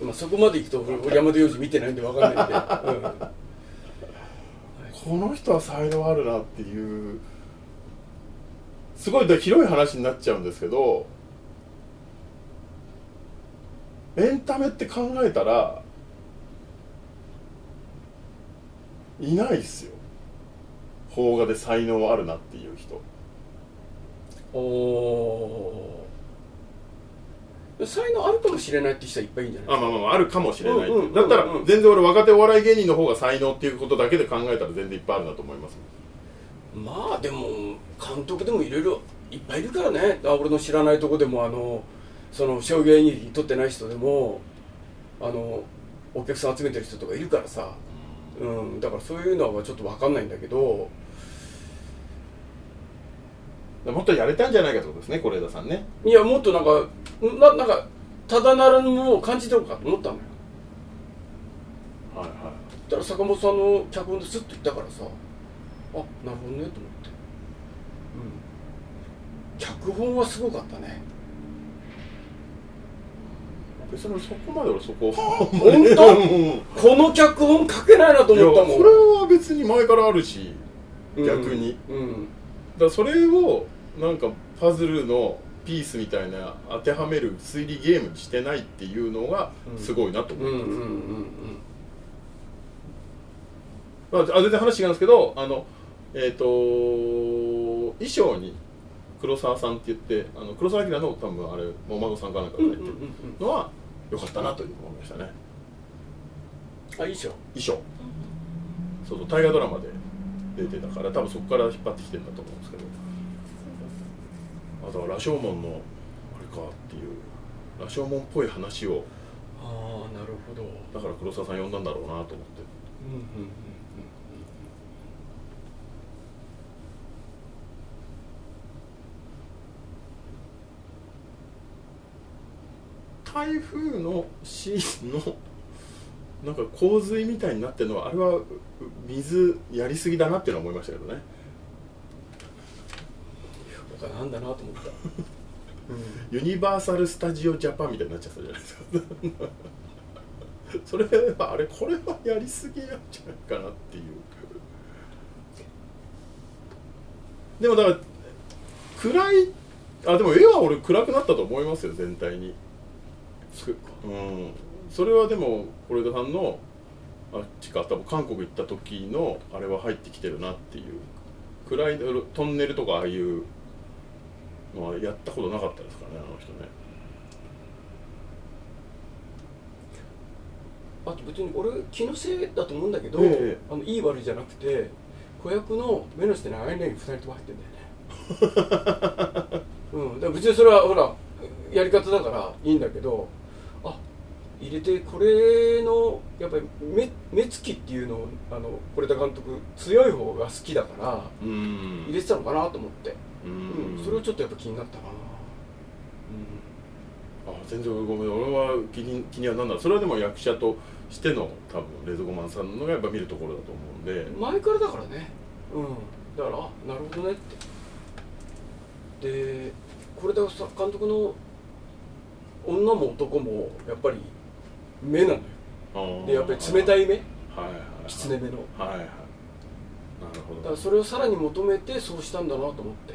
Speaker 2: まあ、そこまでいくと俺俺山田洋次見てないんで分かんないんで、 うん
Speaker 1: この人は才能あるなっていうすごいだ広い話になっちゃうんですけどエンタメって考えたらいないっすよ邦画で才能あるなっていう人
Speaker 2: おー才能あるかもしれないって人はいっぱいいるんじゃない
Speaker 1: あまあまあまああるかもしれない、
Speaker 2: うんうんうんうん
Speaker 1: だったら全然俺若手お笑い芸人の方が才能っていうことだけで考えたら全然いっぱいあるなと思います
Speaker 2: まあでも監督でもいろいろいっぱいいるからねあ俺の知らないとこでもあのその商業演劇取ってない人でもあのお客さん集めてる人とかいるからさ、うん、だからそういうのはちょっと分かんないんだけど
Speaker 1: もっとやれたんじゃないかってことですね是枝さんね
Speaker 2: いやもっとなんかななんかただならぬものを感じてるかと思ったのよ
Speaker 1: はいはい
Speaker 2: そしたら坂本さんの脚本ですっと言ったからさあなるほどねと思ってうん脚本はすごかったね
Speaker 1: 別にそこまで俺そこ
Speaker 2: 本 当この脚本書けないなと
Speaker 1: いや
Speaker 2: 思ったもん
Speaker 1: これは別に前からあるし
Speaker 2: うん
Speaker 1: 逆に
Speaker 2: うん
Speaker 1: だからそれをなんかパズルのピースみたいな当てはめる推理ゲームにしてないっていうのが
Speaker 2: うん
Speaker 1: すごいなと
Speaker 2: う
Speaker 1: 思
Speaker 2: んうん
Speaker 1: う、
Speaker 2: うん
Speaker 1: まあ、あ全然話違うんですけどあのえっ、と衣装に黒沢さんって言ってあの黒沢明の多分あれお孫さんかなんか
Speaker 2: う
Speaker 1: が
Speaker 2: ん
Speaker 1: 入ってるのは良かったなという思いましたね
Speaker 2: あいいでしょ
Speaker 1: 衣装そうそう大河ドラマで出てたから多分そこから引っ張ってきてんだと思うんですけどあとは羅生門のあれかっていう羅生門っぽい話を
Speaker 2: ああなるほどうん
Speaker 1: だから黒沢さん呼んだんだろうなと思って
Speaker 2: うん
Speaker 1: 台風のシーンのなんか洪水みたいになってるのはあれはう水やりすぎだなっていうのは思いましたけどね
Speaker 2: 他なんだなと思った
Speaker 1: ユニバーサル・スタジオ・ジャパンみたいになっちゃったじゃないですかそれはあれこれはやりすぎなんじゃないかなっていうでもだから暗いあでも絵は俺暗くなったと思いますよ全体にうんそれはでも是枝さんのあっちか多分韓国行った時のあれは入ってきてるなっていう暗いトンネルとかああいうのはやったことなかったですからねあの人ね
Speaker 2: あと別に俺気のせいだと思うんだけど、
Speaker 1: ええ
Speaker 2: あのいい悪いじゃなくて子役の目の下にアイライン2人とも入ってんだよね うん、だから別にそれはほらやり方だからいいんだけどあ入れてこれのやっぱり目目つきっていうのをあの是枝監督強い方が好きだから
Speaker 1: うん
Speaker 2: 入れてたのかなと思って、
Speaker 1: う
Speaker 2: うん
Speaker 1: ん
Speaker 2: それはちょっとやっぱ気になったかな、
Speaker 1: あ全然ごめん俺は気に気にはなんだそれはでも役者としての多分レズゴマンさんのがやっぱ見るところだと思うんで
Speaker 2: うん、前からだからねうんだからあなるほどねってでこれでさ監督の女も男もやっぱり目なのよ
Speaker 1: あー
Speaker 2: でやっぱり冷たい目
Speaker 1: はいはいはい
Speaker 2: きつね目の
Speaker 1: はいはいなるほ
Speaker 2: だか
Speaker 1: ど
Speaker 2: ら
Speaker 1: そ
Speaker 2: それをさらに求めてそうしたんだなと思って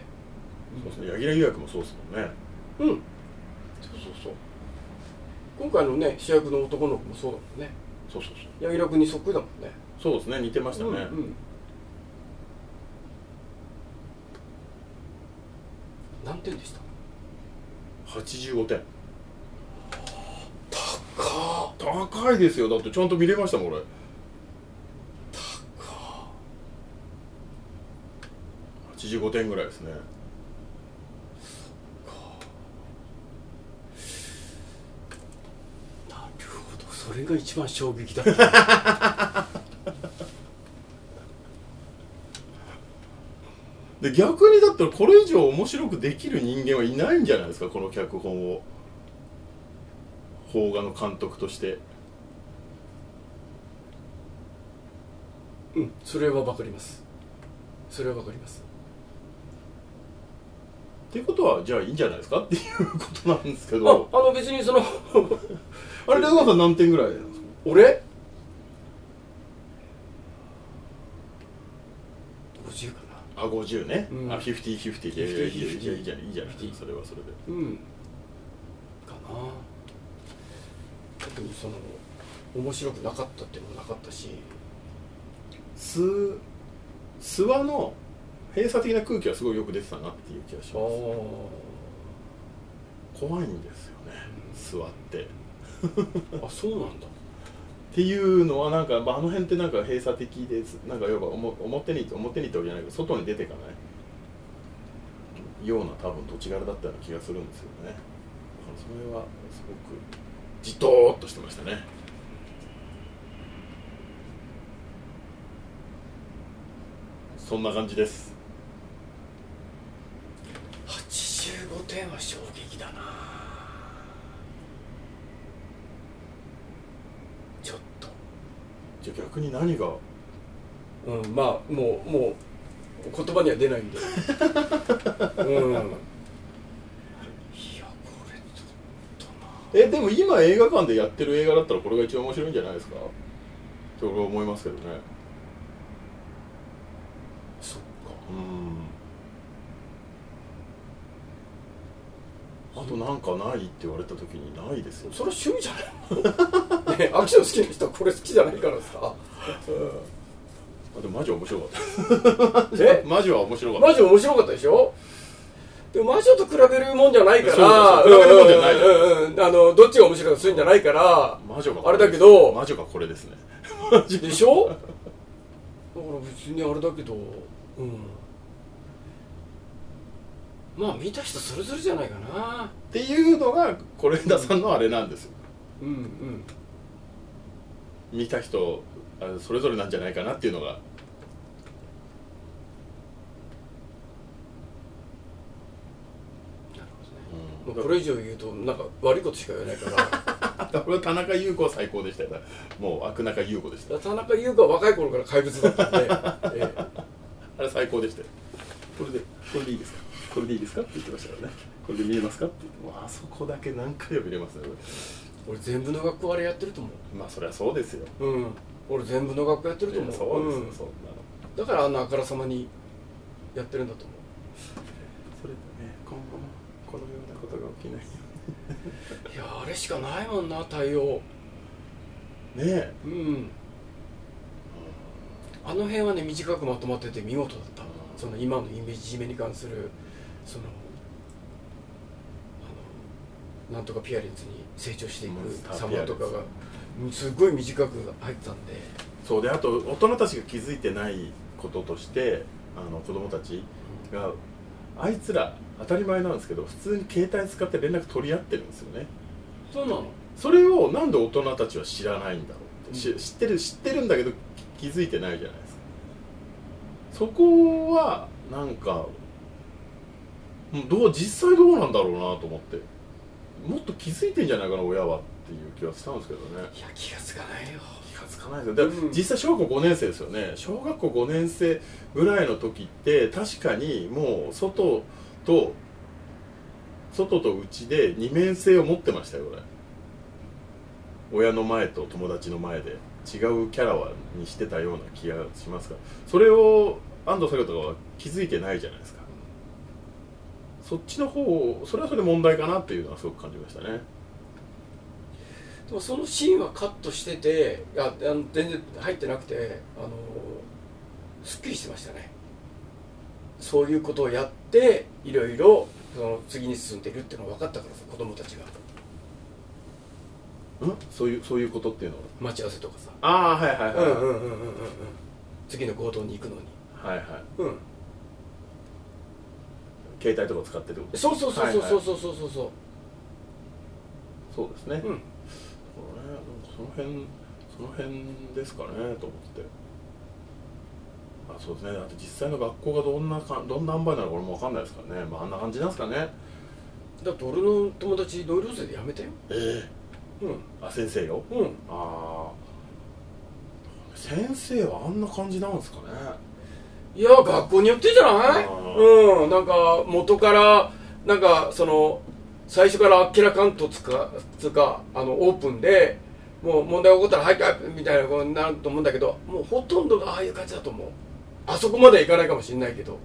Speaker 1: うですね柳楽優弥君もそうですもんね
Speaker 2: うんそうそうそう今回のね主役の男の子もそうだもんね
Speaker 1: そうそう
Speaker 2: 柳楽君にそっくりだもんね
Speaker 1: そうそうですね似てましたね、
Speaker 2: うんうん何点でした
Speaker 1: 85点
Speaker 2: か
Speaker 1: 高いですよだってちゃんと見れましたもん俺高85点ぐらいですね
Speaker 2: なるほどそれが一番衝撃だった
Speaker 1: で逆にだったらこれ以上面白くできる人間はいないんじゃないですかこの脚本を邦画の監督として
Speaker 2: うんそれは分かりますそれは分かります
Speaker 1: っていうことはじゃあいいんじゃないですかっていうことなんですけ
Speaker 2: あ
Speaker 1: ど
Speaker 2: あの別にその
Speaker 1: あれ出川さん何点ぐらいなんですか
Speaker 2: 俺50かな
Speaker 1: あ50ね、
Speaker 2: うん
Speaker 1: あ5050でいやいやいやいやいいじゃないいいじゃない
Speaker 2: 50
Speaker 1: それはそれで
Speaker 2: うんかな特にその面白くなかったっていうのもなかったし
Speaker 1: す諏訪の閉鎖的な空気はすごいよく出てたなっていう気がし
Speaker 2: あ
Speaker 1: ま
Speaker 2: あ
Speaker 1: す怖いんですよね諏訪って
Speaker 2: あそうなんだ
Speaker 1: っていうのはなんか、まあ、あの辺ってなんか閉鎖的ですなんか要はおも表に表にってわけじゃないけど外に出ていかないような多分土地柄だったような気がするんですよねだからそれはすごくじとーっとしてましたねそんな感じです
Speaker 2: 85点は衝撃だなちょっ
Speaker 1: じゃあ逆に何が
Speaker 2: とうんまあもうもう言葉には出ない んでうんいやこれちょっとな
Speaker 1: えでも今映画館でやってる映画だったらこれが一番面白いんじゃないですかって俺は思いますけどね
Speaker 2: そっか
Speaker 1: うんあとなんかないって言われた時にないですよ
Speaker 2: それは趣味じゃないねえ秋の好き な人はこれ好きじゃないからさ
Speaker 1: あでもマジ面白かっ
Speaker 2: え
Speaker 1: たマジは面白かった
Speaker 2: マジ面白かったでしょでも魔女と比べるもんじゃないから
Speaker 1: そうそう比べるもんじゃない
Speaker 2: うんうんうんうんあのどっちが面白いかするんじゃないから
Speaker 1: 魔女が
Speaker 2: あれだけど
Speaker 1: 魔女がこれですね
Speaker 2: でしょだから別にあれだけどうんまあ見た人それぞれじゃないかな
Speaker 1: っていうのが是枝さんのあれなんですよ
Speaker 2: うんうん
Speaker 1: 見た人あれそれぞれなんじゃないかなっていうのがうん
Speaker 2: なるほどね、まあこれ以上言うとなんか悪いことしか言えないから
Speaker 1: あ俺は田中優子は最高でしたよもう悪中優子でした
Speaker 2: 田中優香は若い頃から怪物だったんで、 ええ
Speaker 1: あれ最高でしたよこれでこれでいいですかこれでいいですかって言ってましたからねこれで見えますかって言ってもうあそこだけ何回でも見れますね
Speaker 2: 俺全部の学校あれやってると思
Speaker 1: まあそりゃそうですよ
Speaker 2: ううん俺全部の学校やってると
Speaker 1: い
Speaker 2: 思
Speaker 1: や
Speaker 2: う
Speaker 1: そうですよ、
Speaker 2: うん
Speaker 1: そんなの
Speaker 2: だからあんなあからさまにやってるんだと思
Speaker 1: それこのようなことが起きないよ
Speaker 2: いやあれしかないもんな対応
Speaker 1: うにねえ
Speaker 2: うんあの辺はね短くまとまってて見事だったその今のイメージ締めに関するそのあのなんとかピアレンツに成長してい
Speaker 1: モンスタ
Speaker 2: く
Speaker 1: ー
Speaker 2: 様とか
Speaker 1: ピア
Speaker 2: がうんすごい短く入ってたんで
Speaker 1: そうであと大人たちが気づいてないこととしてあの子供たちがあいつら当たり前なんですけど普通に携帯使って連絡取り合ってるんですよね
Speaker 2: そうなの
Speaker 1: それをなんで大人たちは知らないんだろうって、
Speaker 2: うん
Speaker 1: し知ってる知ってるんだけど気気づいてないじゃないですかそこはなんかうんどう実際どうなんだろうなと思ってもっと気づいてんじゃないかな親はっていう気はしたんですけどね
Speaker 2: いや気がつかないよ
Speaker 1: 気がつかないですよだから
Speaker 2: うん
Speaker 1: 実際小学校5年生ですよね小学校5年生ぐらいの時って確かにもう外と外と内で二面性を持ってましたよ俺親の前と友達の前で違うキャラはにしてたような気がしますからそれを安藤作業とかは気づいてないじゃないですかそっちの方をそれはそれで問題かなっていうのはすごく感じましたね
Speaker 2: でもそのシーンはカットしてていやあの全然入ってなくてあのすっきりしてましたねそういうことをやっていろいろその次に進んでいるっていうのが分かったからさ子供たちが
Speaker 1: うんそういうそういうことっていうのは
Speaker 2: 待ち合わせとかさ
Speaker 1: ああはいはいはい、はい
Speaker 2: んうんうんうん次の行動に行くのに
Speaker 1: はい
Speaker 2: うん
Speaker 1: 携帯とか使ってる
Speaker 2: そうそうそう
Speaker 1: はいはい
Speaker 2: そうそうそうそうそ
Speaker 1: そうですね、
Speaker 2: う
Speaker 1: そ
Speaker 2: うん
Speaker 1: うねその辺その辺ですかねと思ってあそうですねあと実際の学校がどんなかどんな塩梅なのか俺も分かんないですからねまああんな感じなんですかね
Speaker 2: だって俺の友達同僚生で辞めたよ
Speaker 1: ええ
Speaker 2: うん
Speaker 1: あ先生よ
Speaker 2: うん
Speaker 1: ああ先生はあんな感じなんですかね
Speaker 2: いや学校によってじゃない
Speaker 1: あー
Speaker 2: うんなんか元からなんかその最初からあっけらかんとつかつうかあのオープンでもう問題起こったら「はいはい」みたいなことになると思うんだけどもうほとんどがああいう感じだと思うあそこまではいかないかもしれないけど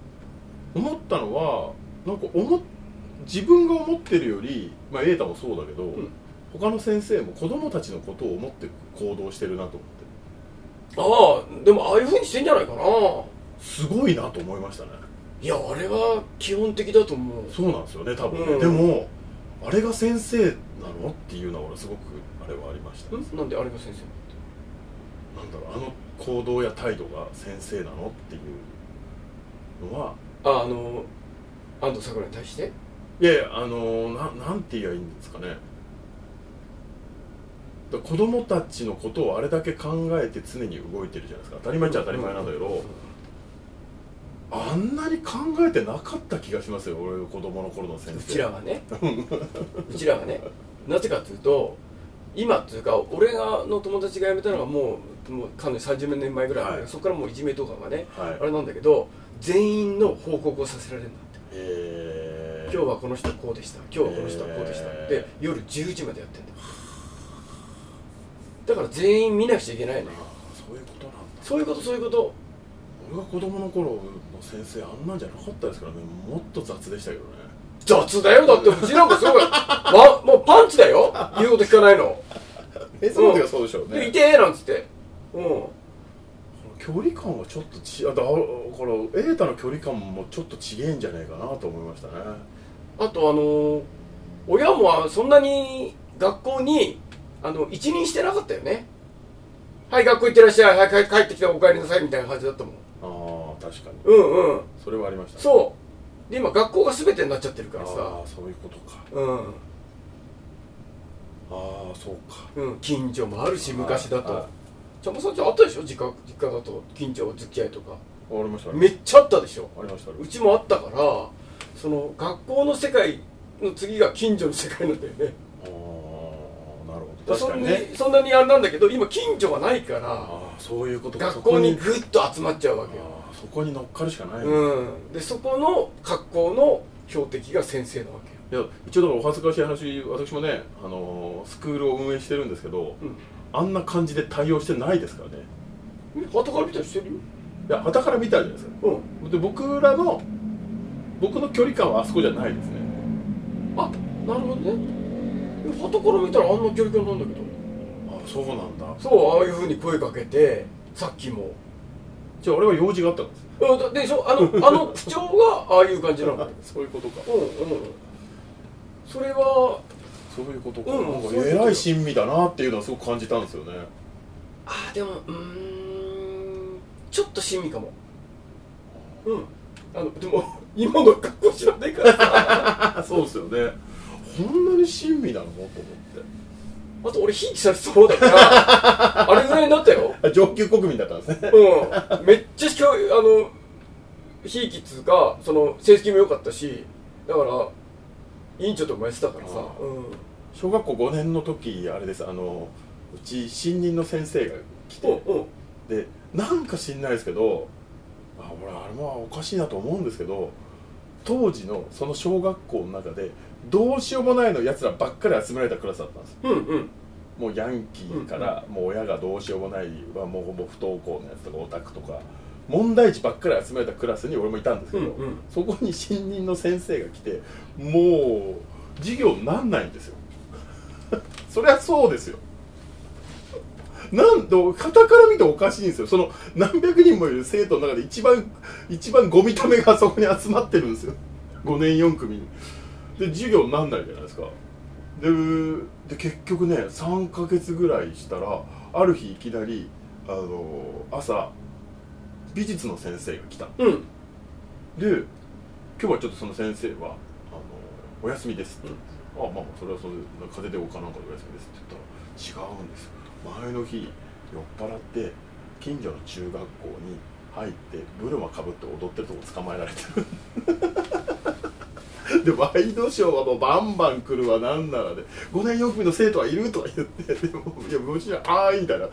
Speaker 1: 思ったのはなんか思っ自分が思ってるよりまあ瑛太もそうだけど、
Speaker 2: ん
Speaker 1: 他の先生も子供たちのことを思って行動してるなと思って
Speaker 2: ああでもああいうふうにしてんじゃないかな
Speaker 1: すごいなと思いましたね
Speaker 2: いやあれは基本的だと思う
Speaker 1: そうなんですよね多分ね、
Speaker 2: うん
Speaker 1: でもあれが先生なのっていうのは俺すごくあれはありましたね、
Speaker 2: んなんで有馬先生
Speaker 1: なんだろうあの行動や態度が先生なのっていうのは
Speaker 2: ああの安藤桜に対して
Speaker 1: いやいやあのー、ななんて言えばいいんですかねだ子供たちのことをあれだけ考えて常に動いてるじゃないですか当たり前っちゃ当たり前なんだけど、あんなに考えてなかった気がしますよ俺子供の頃の先
Speaker 2: う
Speaker 1: 生
Speaker 2: ちら はねうちらはねなぜかというと今というか俺がの友達が辞めたのがもうもうかなり30年前ぐらい、
Speaker 1: はい
Speaker 2: そこからもういじめとかがね
Speaker 1: はい
Speaker 2: あれなんだけど全員の報告をさせられるんだって
Speaker 1: えー、
Speaker 2: 今日はこの人はこうでした今日はこの人はこうでした、
Speaker 1: へー
Speaker 2: で夜10時までやってんだだから全員見なくちゃいけないのよ
Speaker 1: あそういうことなんだ
Speaker 2: そういうことそういうこと
Speaker 1: 俺が子供の頃の先生あんなんじゃなかったですからねもっと雑でしたけどね
Speaker 2: 雑だよだってうちなんかすごい、ま、もうパンチだよ言うこと聞かないの
Speaker 1: え
Speaker 2: そうですよ
Speaker 1: そうでしょう
Speaker 2: で「いてー」なんつってうん
Speaker 1: 距離感はちょっとちあだから瑛太の距離感もちょっと違えんじゃないかなと思いましたね
Speaker 2: あとあのー親もそんなに学校にあの一任してなかったよねはい学校行ってらっしゃいはい帰帰ってきたお帰りなさいみたいな感じだったもん
Speaker 1: ああ確かに
Speaker 2: うんうん
Speaker 1: それはありましたね
Speaker 2: そうで今学校が全てになっちゃってるから
Speaker 1: あ
Speaker 2: さ
Speaker 1: あそういうことか
Speaker 2: うん、
Speaker 1: ああそうか
Speaker 2: うん、近所もあるし昔だ
Speaker 1: はいはい
Speaker 2: とちゃんまさんちゃんあったでしょ実家実家だと近所付き合いとか
Speaker 1: ありましたありま
Speaker 2: めっちゃあったでしょ
Speaker 1: したありま
Speaker 2: う
Speaker 1: し
Speaker 2: ちもあったからその学校の世界の次が近所の世界なんだよね
Speaker 1: たああなるほど確かにね
Speaker 2: そんなにそんなにあれなんだけど今近所がないから
Speaker 1: ああそういうことか
Speaker 2: 学校に
Speaker 1: そこ
Speaker 2: ぐっと集まっちゃうわけよ、
Speaker 1: ああそこに乗っかるしかない、
Speaker 2: うん、でそこの格好の標的が先生なわけよ
Speaker 1: いや一応だからお恥ずかしい話私もね、あのースクールを運営してるんですけどあんな感じで対応してないですからね
Speaker 2: うんえ旗から見たりしてるよ
Speaker 1: いや傍から見たじゃないですか
Speaker 2: うん
Speaker 1: で僕らの僕の距離感はあそこじゃないですね
Speaker 2: ねはたから見たらあんなキャリキャリなんだけど
Speaker 1: あそうなんだ
Speaker 2: そうああいうふうに声かけてさっきも
Speaker 1: じゃあ俺は用事があったんです
Speaker 2: うんだでしょあのあの口調がああいう感じなの
Speaker 1: そういうことか
Speaker 2: うんうんそれは
Speaker 1: そういうことか、
Speaker 2: うん
Speaker 1: なんか
Speaker 2: そういうこと
Speaker 1: 偉い親身だなっていうのはすごく感じたんですよね
Speaker 2: ああでもうーんちょっと親身かもうんあのでも今の格好知らないからさ
Speaker 1: あ そうですよねこんなに親身なのと思って
Speaker 2: あと俺ひいきされそうだから あれぐらいになったよ
Speaker 1: あ上級国民だったんですね
Speaker 2: うんめっちゃひかあのひいきっつうかその成績も良かったしだから委員長とかもやってたからさ
Speaker 1: ああ
Speaker 2: うん
Speaker 1: 小学校5年の時あれですあのうち新任の先生が来て
Speaker 2: うんうん
Speaker 1: でなんか知んないですけどあ俺あれもおかしいなと思うんですけど当時のその小学校の中でどうしようもないのやつらばっかり集められたクラスだったんですよ
Speaker 2: うんうん
Speaker 1: もうヤンキーから、もう親がどうしようもないはもうほぼ不登校のやつとかオタクとか問題児ばっかり集められたクラスに俺もいたんですけど、
Speaker 2: うんうん
Speaker 1: そこに新任の先生が来てもう授業になんないんですよ そりゃそうですよなんと肩から見ておかしいんですよその何百人もいる生徒の中で一番一番ゴミためがそこに集まってるんですよ5年4組にで授業になんないじゃないですかでで結局ね3ヶ月ぐらいしたらある日いきなりあの朝美術の先生が来たの
Speaker 2: うん
Speaker 1: で今日はちょっとその先生はあのお休みですって、あまあまあそれはそれで風邪でおかなんかでお休みですって言ったら違うんですよ前の日酔っ払って近所の中学校に入ってブルマかぶって踊ってるとこ捕まえられてるでワイドショーはもうバンバン来るわなんならで5年4組の生徒はいるとか言ってでもいやむしろああみたいな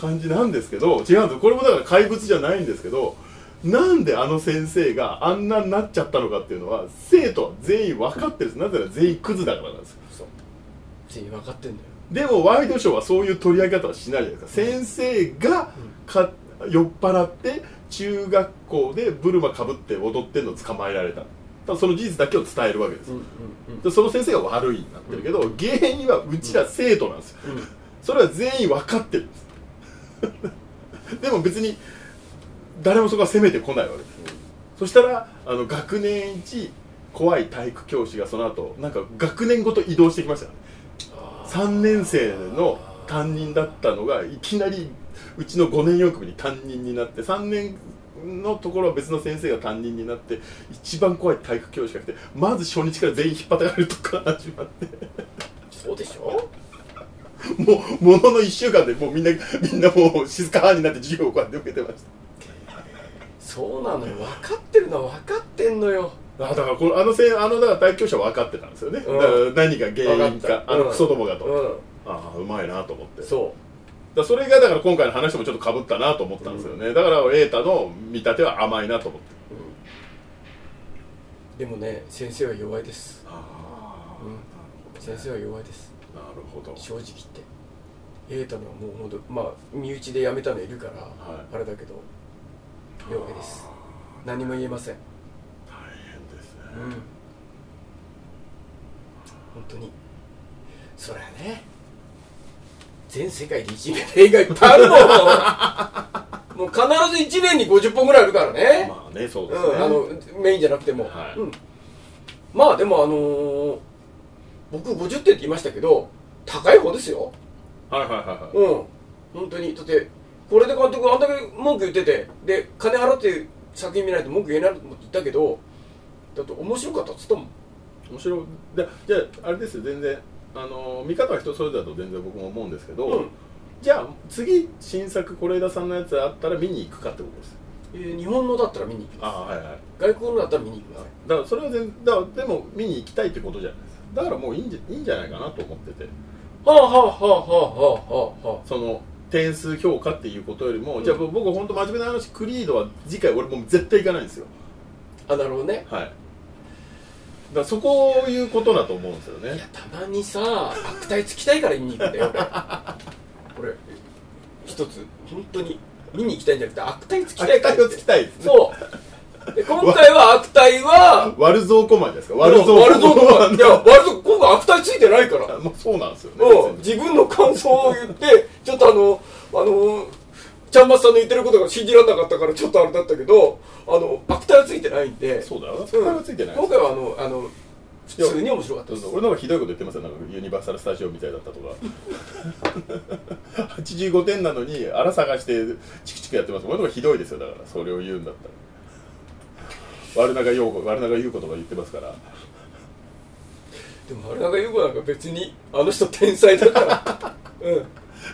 Speaker 1: 感じなんですけど違うんですよこれもだから怪物じゃないんですけどなんであの先生があんなになっちゃったのかっていうのは生徒は全員分かってるんですなぜなら全員クズだからなんですよ
Speaker 2: そう全員分かってんだよ
Speaker 1: でもワイドショーはそういう取り上げ方はしないじゃないですか先生がか酔っ払って中学校でブルマかぶって踊ってんのを捕まえられたただその事実だけを伝えるわけです
Speaker 2: うん
Speaker 1: よ
Speaker 2: うんうん
Speaker 1: でその先生が悪いになってるけど原因はうちら生徒なんですよ
Speaker 2: うん
Speaker 1: それは全員分かってるんです でも別に誰もそこは責めてこないわけですそしたらあの学年一怖い体育教師がその後なんか学年ごと移動してきましたね3年生の担任だったのがいきなりうちの5年4組に担任になって3年のところは別の先生が担任になって一番怖い体育教師が来てまず初日から全員引っ張ってかれるとか始まって
Speaker 2: そうでしょ
Speaker 1: もうものの1週間でもうみんなみんなもう静かになって授業をこうやって受けてました
Speaker 2: そうなのよ分かってるのは分かってんのよ
Speaker 1: あだからこのあのせいあのだから大教師は分かってたんですよね、
Speaker 2: うん
Speaker 1: だから何が原因
Speaker 2: 分か
Speaker 1: か
Speaker 2: った
Speaker 1: あのクソどもがと、あ
Speaker 2: う
Speaker 1: あうまいなと思ってだ
Speaker 2: ん
Speaker 1: か
Speaker 2: そ
Speaker 1: らそれがだから今回の話ともちょっとかぶったなと思ったんですよね、だから瑛太の見立ては甘いなと思って
Speaker 2: う、でもね先生は弱いです
Speaker 1: あ
Speaker 2: うん先生は弱いです
Speaker 1: なるほど
Speaker 2: 正直言って瑛太のはもうほんとまあ身内で辞めたのいるから、
Speaker 1: い
Speaker 2: あれだけど弱いです何も言えません
Speaker 1: 大変ですね、
Speaker 2: うん本当にそりゃね全世界でいじめる映画いっぱいある のもう必ず1年に50本ぐらいあるからね、
Speaker 1: まあねそうですね、
Speaker 2: うん、あのメインじゃなくても、
Speaker 1: はい
Speaker 2: うん、まあでもあのー僕50点って言いましたけど高い方ですよ
Speaker 1: はいはいはいはい
Speaker 2: うん本当にだってこれで監督あんだけ文句言っててで金払って作品見ないと文句言えないと思って言ったけどだって面白かったっつったもん
Speaker 1: 面白いでじゃああれですよ全然あの見方は人それぞれだと全然僕も思うんですけど、
Speaker 2: うん
Speaker 1: じゃあ次新作是枝さんのやつあったら見に行くかってことです
Speaker 2: えー日本のだったら見に行きま
Speaker 1: あはいはい
Speaker 2: す外国のだったら見に行きます
Speaker 1: だからそれは全然だからでも見に行きたいってことじゃないですかだからもういいんじゃいいんじゃないかなと思ってて
Speaker 2: はあはあはあはあはあはあ
Speaker 1: その点数評価っていうことよりも、
Speaker 2: うん
Speaker 1: じゃあ僕本当真面目な話クリードは次回俺もう絶対行かないんですよ
Speaker 2: あなるほどね
Speaker 1: はいだからそこをいうことだと思うんですよ
Speaker 2: いや
Speaker 1: ね
Speaker 2: たまにさ悪態つきたいから見に行くん だよ俺俺一つ本当に見に行きたいんじゃなくて悪態つきたい
Speaker 1: 悪
Speaker 2: から
Speaker 1: 態をつきたいですね
Speaker 2: そうで今回は悪態 は
Speaker 1: 悪造コマンじゃないですか
Speaker 2: 悪
Speaker 1: 悪造
Speaker 2: ぞ悪ぞいや悪ぞ今回悪態ついいてないから
Speaker 1: あまあそうなんですよね
Speaker 2: うん
Speaker 1: 別に
Speaker 2: 自分の感想を言ってちょっとあのあのちゃんまつさんの言ってることが信じられなかったからちょっとあれだったけどあのアクターがついてないんで
Speaker 1: そうだよ
Speaker 2: うん
Speaker 1: 力がついてない
Speaker 2: 今回はあのあの普通に面白かったです
Speaker 1: 俺の方がひどいこと言ってますよなんかユニバーサル・スタジオみたいだったとか 85点なのにあら探してチクチクやってます俺の方がひどいですよだからそれを言うんだったら悪長陽子悪長優子とか言ってますから
Speaker 2: でも丸中優子なんか別にあの人天才だから うん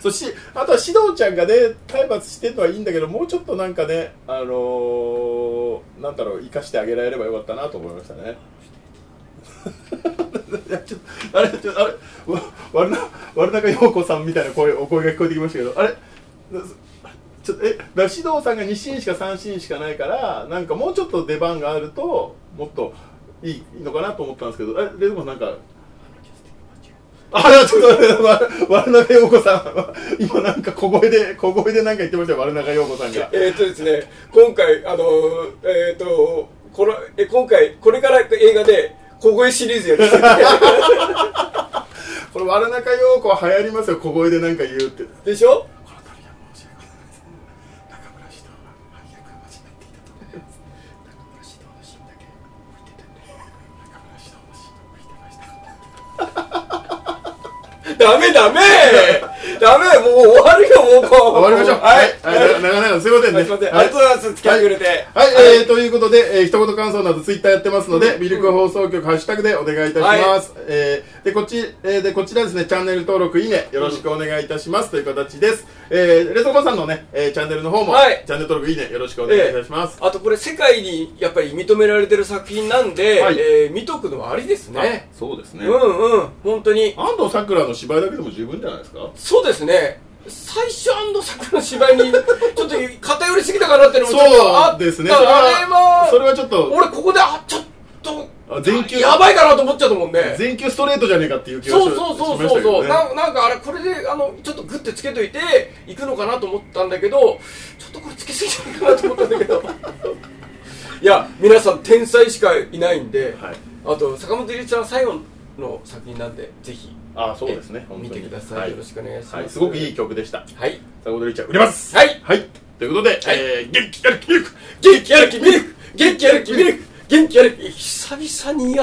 Speaker 1: そしてあとは指導ちゃんがね体罰してるのはいいんだけどもうちょっとなんかねあのー、なんだろう生かしてあげられればよかったなと思いましたねいやちょっとあれちょっとあれわ悪な悪中陽子さんみたいな声お声が聞こえてきましたけどあれなちょっとえだから指導さんが2シーンしか3シーンしかないからなんかもうちょっと出番があるともっといいいいのかなと思ったんですけどあれでもなんかあれはちょっと待ってわ悪中陽子さん今なんか小声で小声でなんか言ってましたよ悪中陽子さんが
Speaker 2: えっ、とですね、今回、あのーえっ、とこれ、え今回、これから映画で、小声シリーズやるんですよ
Speaker 1: これ悪中陽子は流行りますよ小声でなんか言うってこ
Speaker 2: でしょ
Speaker 1: の度は申し訳ございません中村指導は配役を間違っていたと思います中村指導のシーンだけ置いてたんで中村指導のシーンを置いてました
Speaker 2: ダメダメダメもう終わるよ、もうこう。
Speaker 1: 終わりましょう
Speaker 2: はい。
Speaker 1: はいはい長々すいません
Speaker 2: は
Speaker 1: ね
Speaker 2: いすいません、
Speaker 1: は
Speaker 2: ありがとうございます、付き合ってくれて。
Speaker 1: はい、えー、ということで、えー、一言感想などツイッターやってますので、ミルク放送局ハッシュタグでお願いいたします。えーで、こっち、えーで、こちらですね、チャンネル登録、いいね、よろしくお願いいたします、という形です。えー、レトコさんのね、えーチャンネルの方も、
Speaker 2: はい
Speaker 1: チャンネル登録、いいね、よろしくお願いいたします。
Speaker 2: あとこれ世界にやっぱり認められてる作品なんで、
Speaker 1: はい
Speaker 2: えー見とくのはありですね。
Speaker 1: あそうですね
Speaker 2: うんうん、本当に。
Speaker 1: 安藤サクラの芝居だけでも十分じゃないですか
Speaker 2: そうですね。最初安藤サクの芝居に、ちょっと偏りすぎたかなっていうのもちょっとあ
Speaker 1: そ
Speaker 2: っ
Speaker 1: う
Speaker 2: た
Speaker 1: ですね。
Speaker 2: あ
Speaker 1: それ
Speaker 2: れは
Speaker 1: は、それはちょっと、
Speaker 2: 俺ここであちょっと
Speaker 1: あ全球
Speaker 2: やばいかなと思っちゃったもんね
Speaker 1: 全球ストレートじゃねえかっていう気がし
Speaker 2: そうそうそう
Speaker 1: しま
Speaker 2: そ
Speaker 1: し
Speaker 2: う
Speaker 1: たけど
Speaker 2: そう、
Speaker 1: ね
Speaker 2: ななんかあれこれであのちょっとグッてつけといていくのかなと思ったんだけどちょっとこれつけすぎじゃないかなと思ったんだけど いや皆さん天才しかいないんで、
Speaker 1: はい
Speaker 2: あと坂本龍一さん最後の作品なんでぜひ
Speaker 1: あ、そうですね。本当に
Speaker 2: 見てください、
Speaker 1: はい
Speaker 2: よろしくお願いします、
Speaker 1: はい、すごくいい曲でした。
Speaker 2: はい
Speaker 1: サゴドリーチャー売れます
Speaker 2: はい
Speaker 1: はいということで、
Speaker 2: はい
Speaker 1: えー、元気やる気力
Speaker 2: 元気やる気ミルク元気やる気ミルク元気やる気久々にやっ